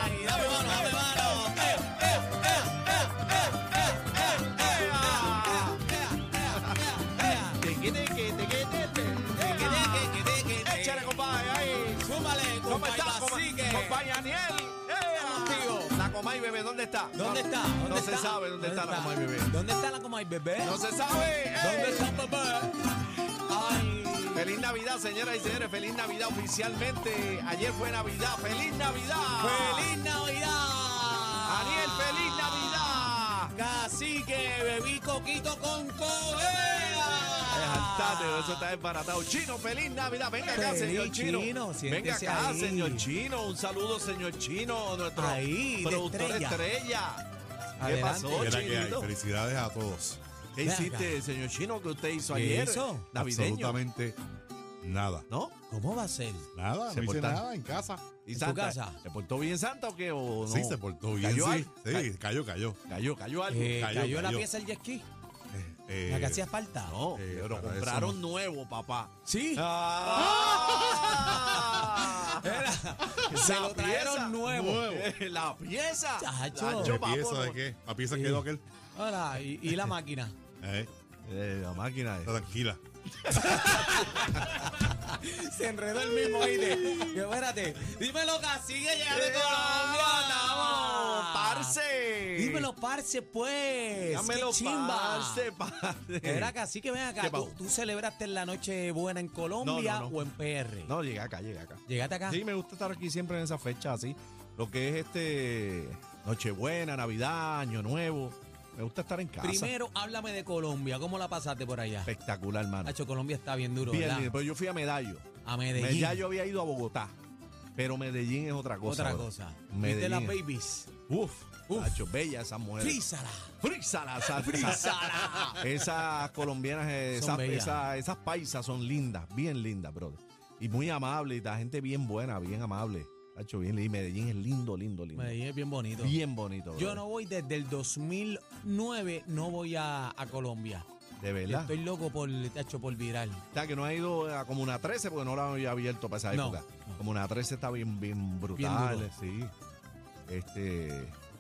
Y Dame mano, dame mano. Eh, eh, eh, eh, eh, eh, eh, eh, ah. Tequi, tequi, tequi, tequi. Que deje, que deje, que Échale, deje. compadre, ahí. Súmale, ¿Cómo compa, y estás, pasigue. compa- compadre Aniel? Contigo. Eh, La Comay Bebé, ¿dónde está? ¿Dónde está? ¿Dónde No está? se sabe dónde está la Comay Bebé. ¿Dónde está la Comay Bebé? No se sabe. Eh, ¿Dónde está Bebé? Ay. Feliz Navidad, señoras y señores. Feliz Navidad oficialmente. Ayer fue Navidad. ¡Feliz Navidad! ¡Feliz Navidad! Aniel, feliz Navidad. Cacique, bebí coquito con Jaltate, cobea. eso está desbaratado. Chino, feliz Navidad. Venga acá, Feliz señor Chino. Chino, Venga siéntese acá, ahí. señor Chino. Un saludo, señor Chino, nuestro Ahí, de productor estrella. estrella. ¿Qué Adelante. pasó, Mira que hay. Chinito? Felicidades a todos. ¿Qué Ven hiciste, señor Chino, que usted hizo ¿Qué ayer? hizo? Navideño. Absolutamente nada. ¿No? ¿Cómo va a ser? Nada, Se no hice portan- nada en casa. ¿Y tu Santa? casa? ¿Se portó bien Santa o qué? O no? Sí, se portó bien. ¿Cayó sí, algo? sí, cayó, cayó. Cayó, cayó algo. Eh, cayó, cayó la cayó. pieza del jet ski, Eh, la que hacía falta. No, Eh, pero para eso compraron nuevo, papá. Sí. ¡Ah! Era, se La lo trajeron pieza. nuevo. Eh, La pieza. Chacho. ¿Qué Yo, pieza de qué? ¿La pieza quedó aquel? Hola, y, y la máquina. Eh, Eh, la máquina. está tranquila. Se enredó el mismo aire. Yo, espérate. Dímelo, cacique, llegaste de Colombia. ¡Vamos, estamos. Eh, ah, parce! Dímelo, parce, pues. Dímelo, ¡Qué chimba! parce, parce. Era casi que ven acá. ¿Qué ¿Tú, pasó? tú celebraste en la noche buena en Colombia No, no, no. o en PR? No, llegué acá, llegué acá. Llegaste acá. Sí, me gusta estar aquí siempre en esa fecha así. Lo que es este Nochebuena, Navidad, Año Nuevo. Me gusta estar en casa. Primero, háblame de Colombia. ¿Cómo la pasaste por allá? Espectacular, hermano. Nacho, Colombia está bien duro, Bien, ¿verdad? bien, pero yo fui a Medallo. A Medellín. Medallo había ido a Bogotá. Pero Medellín es otra cosa. Otra bro. cosa. ¿Viste Medellín. las babies? Uf, Uf. Nacho, bella esa mujer. Frízala. Frízala, esa- Frízala. Esas colombianas, eh, Son esas, bellas. esas- esas paisas son lindas, bien lindas, brother. Y muy amables, y la gente bien buena, bien amable. Tacho, bien, lindo. y Medellín es lindo, lindo, lindo. Medellín es bien bonito. Bien bonito, Yo brother. no voy desde el 2009, no voy a, a Colombia. De Yo verdad. estoy loco por, tacho, por viral. O sea, que no ha ido a como una 13 porque no la había abierto para esa No, época. no. Como una 13 está bien, bien brutal, sí. Este,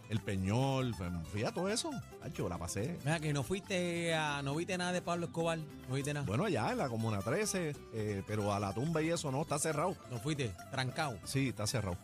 el Peñol, pues, fíjate todo eso. Tacho, la pasé. Mira que no fuiste a, no viste nada de Pablo Escobar, no viste nada. Bueno, allá en la Comuna 13, eh, pero a la tumba y eso no, está cerrado. No fuiste, trancado. Sí, está cerrado.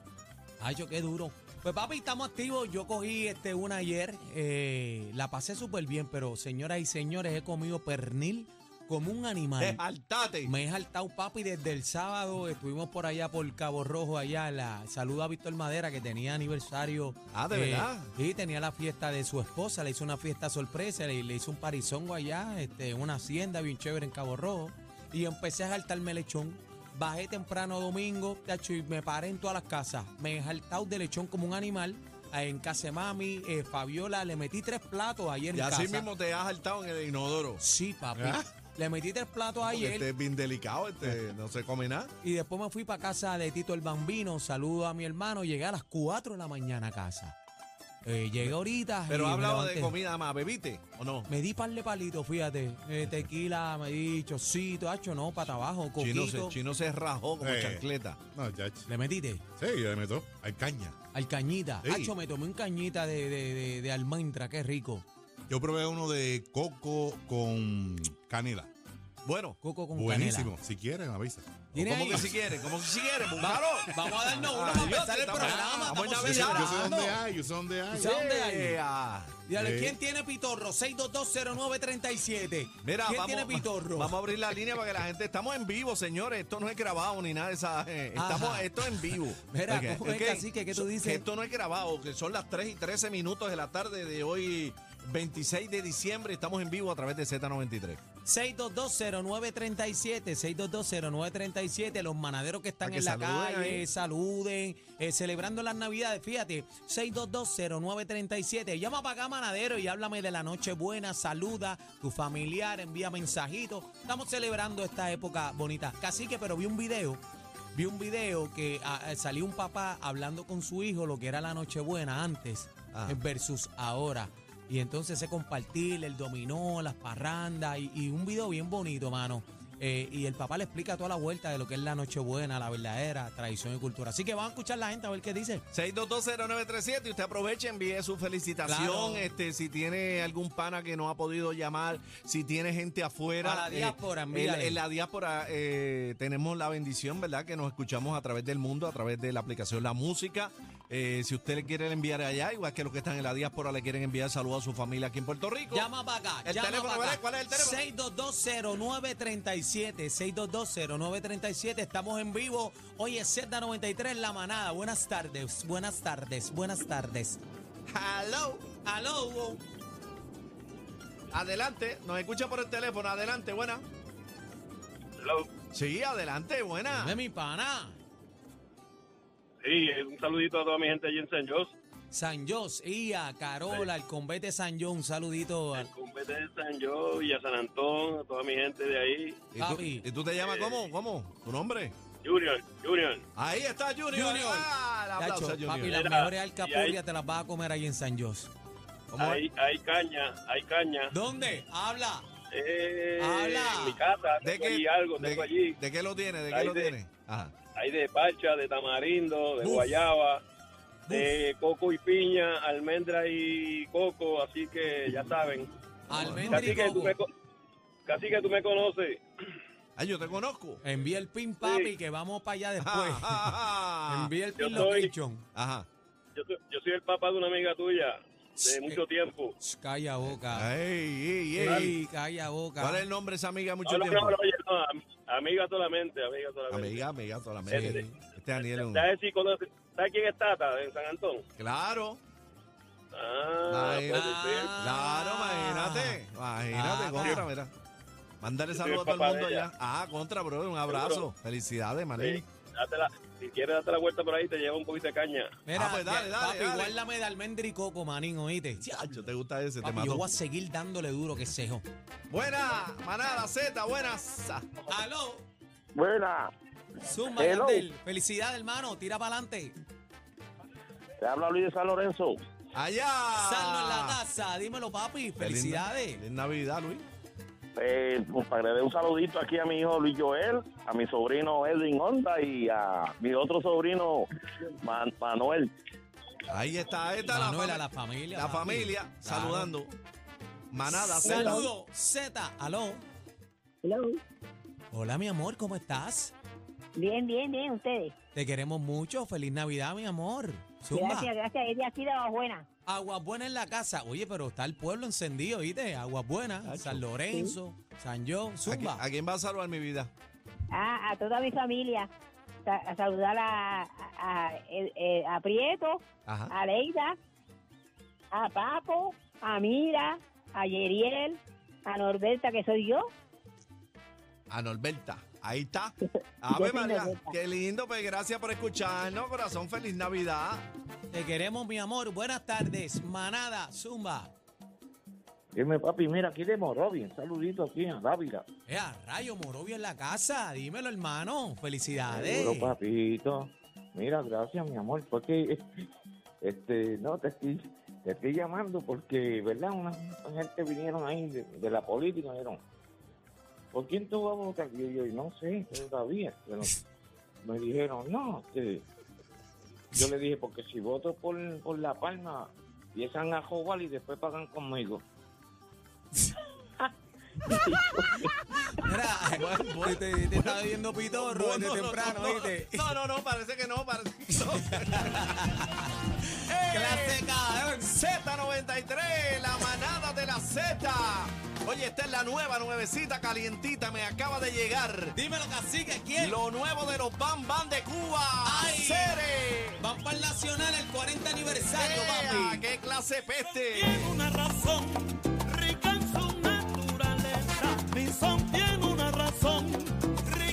Ay, yo qué duro. Pues papi, estamos activos. Yo cogí este una ayer, eh, la pasé súper bien, pero señoras y señores, he comido pernil como un animal. ¡Altate! Me he saltado, papi, desde el sábado. Estuvimos por allá, por Cabo Rojo, allá. La, saludo a Víctor Madera, que tenía aniversario. eh, Ah, ¿de verdad? Sí, tenía la fiesta de su esposa. Le hizo una fiesta sorpresa. Le, le hizo un parizongo allá, este, en una hacienda bien chévere en Cabo Rojo. Y empecé a saltarme lechón. Bajé temprano domingo, tacho, y me paré en todas las casas. Me he saltado de lechón como un animal. eh, En casa de mami, eh, Fabiola, le metí tres platos ayer Y en casa. así mismo te has saltado en el inodoro. Sí, papi. Le metí tres platos ¿Ah? Porque ayer Ah. Este es bien delicado, este no se come nada. y después me fui para casa de Tito el Bambino. Saludo a mi hermano. Llegué a las 4 de la mañana a casa. Eh, llegué ahorita. Pero y ha me hablado de levanté. comida más, ¿bebiste o no? Me di par de palitos, fíjate. Eh, tequila, me di chocito, hacho, no, para abajo, Chino coquito. se, Chino se rajó como Eh. chancleta. No, ya. ch- Le metiste Sí, yo le meto. Hay caña. al cañita. Sí. Hacho, me tomé un cañita de, de, de, de almendra, qué rico. Yo probé uno de coco con canela. Bueno, Coco con Buenísimo. canela. Si quieren, avisa. ¿Tiene como ahí? que si quiere, como que si quiere, Va- búscalo. Ah, Vamos a darnos uno Ay, para Dios, empezar el estamos- programa. estamos estamos en Yo sé, yo sé celebrando. dónde hay, yo sé dónde hay. ¿Sabes dónde hay? Yeah. Dígale, Sí. ¿quién tiene pitorro? 6220937. Mira, ¿Quién vamos, tiene pitorro? vamos a abrir la línea para que la gente. Estamos en vivo, señores. Esto no es grabado ni nada de esa. eh, Ajá. estamos, esto es en vivo. Mira, Ok, ¿cómo es, ok. cacique? ¿Qué tú So- dices? que esto no es grabado, que son las 3 y 13 minutos de la tarde de hoy, 26 de diciembre. Estamos en vivo a través de Z93. 6220937, 6220937, los manaderos que están Para que en la saluden calle, ahí. saluden, eh, celebrando las navidades, fíjate, 6220937, llama para acá manadero y háblame de la noche buena, saluda tu familiar, envía mensajitos, estamos celebrando esta época bonita. Cacique, pero vi un video, vi un video que ah, eh, salió un papá hablando con su hijo lo que era la noche buena antes Ah. eh, versus ahora. Y entonces se compartir el dominó, las parrandas y, y un video bien bonito, mano. Eh, y el papá le explica toda la vuelta de lo que es la Nochebuena, la verdadera tradición y cultura. Así que van a escuchar la gente a ver qué dice. 6220937 y usted aproveche, envíe su felicitación. Claro. Este, si tiene algún pana que no ha podido llamar, si tiene gente afuera. eh, A la diáspora, en, envíale. en la diáspora eh, tenemos la bendición, ¿verdad? Que nos escuchamos a través del mundo, a través de la aplicación La Música. Eh, si usted le quiere enviar allá, igual que los que están en la diáspora le quieren enviar saludos a su familia aquí en Puerto Rico. Llama para acá. El llama teléfono, para ¿cuál acá. es? ¿Cuál es el teléfono? 6220937. 6220937. Estamos en vivo. Hoy es Z93 La Manada. Buenas tardes. Buenas tardes. Buenas tardes. Hello. Ah, Aló. Hugo. Adelante, nos escucha por el teléfono. Adelante, buena. Hello. Sí, adelante, buena. Dime, mi pana. Sí, eh, un saludito a toda mi gente allí en San José. San Jos, Ia, Carola, el convete San Jos, un saludito. Al al- compete de San José y a San Antón, a toda mi gente de ahí. ¿Y tú, Papi. y tú te llamas Eh. cómo? ¿Cómo? ¿Tu nombre? Junior, Junior. Ahí está Junior. Junior. Ah, el aplauso, Tacho, Junior. papi, las Mira, mejores y alcapurrias ahí- te las vas a comer ahí en San Jos. ¿Cómo es? Hay, hay caña, hay caña. ¿Dónde? Habla. Eh, Habla. En mi casa, ¿De tengo qué- allí algo, de- tengo allí. de qué lo tiene? ¿De qué Ahí lo de- tiene? Ajá. Hay de pacha, de tamarindo, de Uf. guayaba, de coco y piña, almendra y coco, así que Mm. ya saben. Ah. Almendra Casi y que tú coco. me, co- casi que tú me conoces. Ah, yo te conozco. Envía el pin, papi, Sí. que vamos para allá después. Ajá, ajá, ajá. Envía el Yo pin soy- location. Ajá. Yo, soy- yo soy el papá de una amiga tuya Sí. de mucho tiempo. Sh, Calla boca. Ey, ey, ey. Ey, calla boca. ¿Cuál es el nombre de esa amiga? Mucho No, no, tiempo. no, no, oye, no, am- amiga solamente, amiga solamente. Amiga, amiga, toda la amiga. Este- Este Daniel es un- ¿Sabes, si conoce- ¿Sabes quién es Tata en San Antón? Claro, Ah, Ahí. puede ser. Ah. claro, imagínate. Imagínate, Ah, contra, mira. Mándale Yo soy saludos a el todo el Este papá mundo de ella. allá. Ah, contra, brother, un abrazo. Felicidades, manín. Sí, date la- si quieres date la vuelta por ahí, te lleva un poquito de caña. Mira, Ah, pues dale, ya, dale, papi, dale. guárdame de almendra y coco, manín, oíste. Chacho, te gusta ese, te Papi, yo mató. voy a seguir dándole duro que sejo. Buena, manada Z, buenas. Aló. Buena, Zumba, Hello. Yandel. Felicidades, hermano. Tira para adelante. te habla Luis de San Lorenzo. Allá. Salvo en la taza. Dímelo, papi. Felicidades. Es Navidad, Luis. Eh, pues, para que le dé un saludito aquí a mi hijo Luis Joel, a mi sobrino Edwin Honda y a mi otro sobrino Man- Manuel. Ahí está, ahí está Manuel, la, a la fami- familia. la papi. familia Claro. saludando. Manada Z. Saludo, Z. Aló. Hello. Hola, mi amor, ¿cómo estás? Bien, bien, bien, ustedes. Te queremos mucho. Feliz Navidad, mi amor. Zumba. Gracias, gracias. Es de aquí de Buena. Aguas Buenas en la casa. Oye, pero está el pueblo encendido, ¿viste? Aguas Buenas, Chacho. San Lorenzo, San John, ¿A, qui- Zumba. a quién va a saludar mi vida? Ah, a toda mi familia. Sa- a saludar a, a, a- eh, eh, a Prieto, Ajá. a Leida, a Papo, a Mira, a Yeriel, a Norberta, que soy yo. A Norberta. Ahí está. A ver, soy María. Norberta. Qué lindo, pues gracias por escucharnos, corazón. Feliz Navidad. Te queremos, mi amor. Buenas tardes, manada, Zumba. Dime, papi, mira, aquí de Morovi, un saludito aquí a Dávila. Eh, a rayo, Morovia en la casa. Dímelo, hermano. Felicidades. Seguro, papito. Mira, gracias, mi amor, porque este, no te estoy, te estoy llamando porque, ¿verdad? Una gente vinieron ahí de, de la política, me dijeron, ¿por quién tú vas a votar? Y yo, yo, no sé, todavía. Pero me dijeron, no, este, yo le dije, porque si voto por, por La Palma, empiezan a jugar y después pagan conmigo. Mira, te, te, te está bebiendo pitorro desde temprano, ¿viste? No, no, no, parece que no, parece que no. Clase cabrón. Z93, la manada de la Z. Oye, esta es la nueva, nuevecita, calientita, me acaba de llegar. Dímelo, cacique, ¿quién? Lo nuevo de los Bam Bam de Cuba. Ay. ¡Cere! Van para el Nacional el 40 aniversario, ¡Ea! este. papi. ¡Qué clase peste! Tiene una razón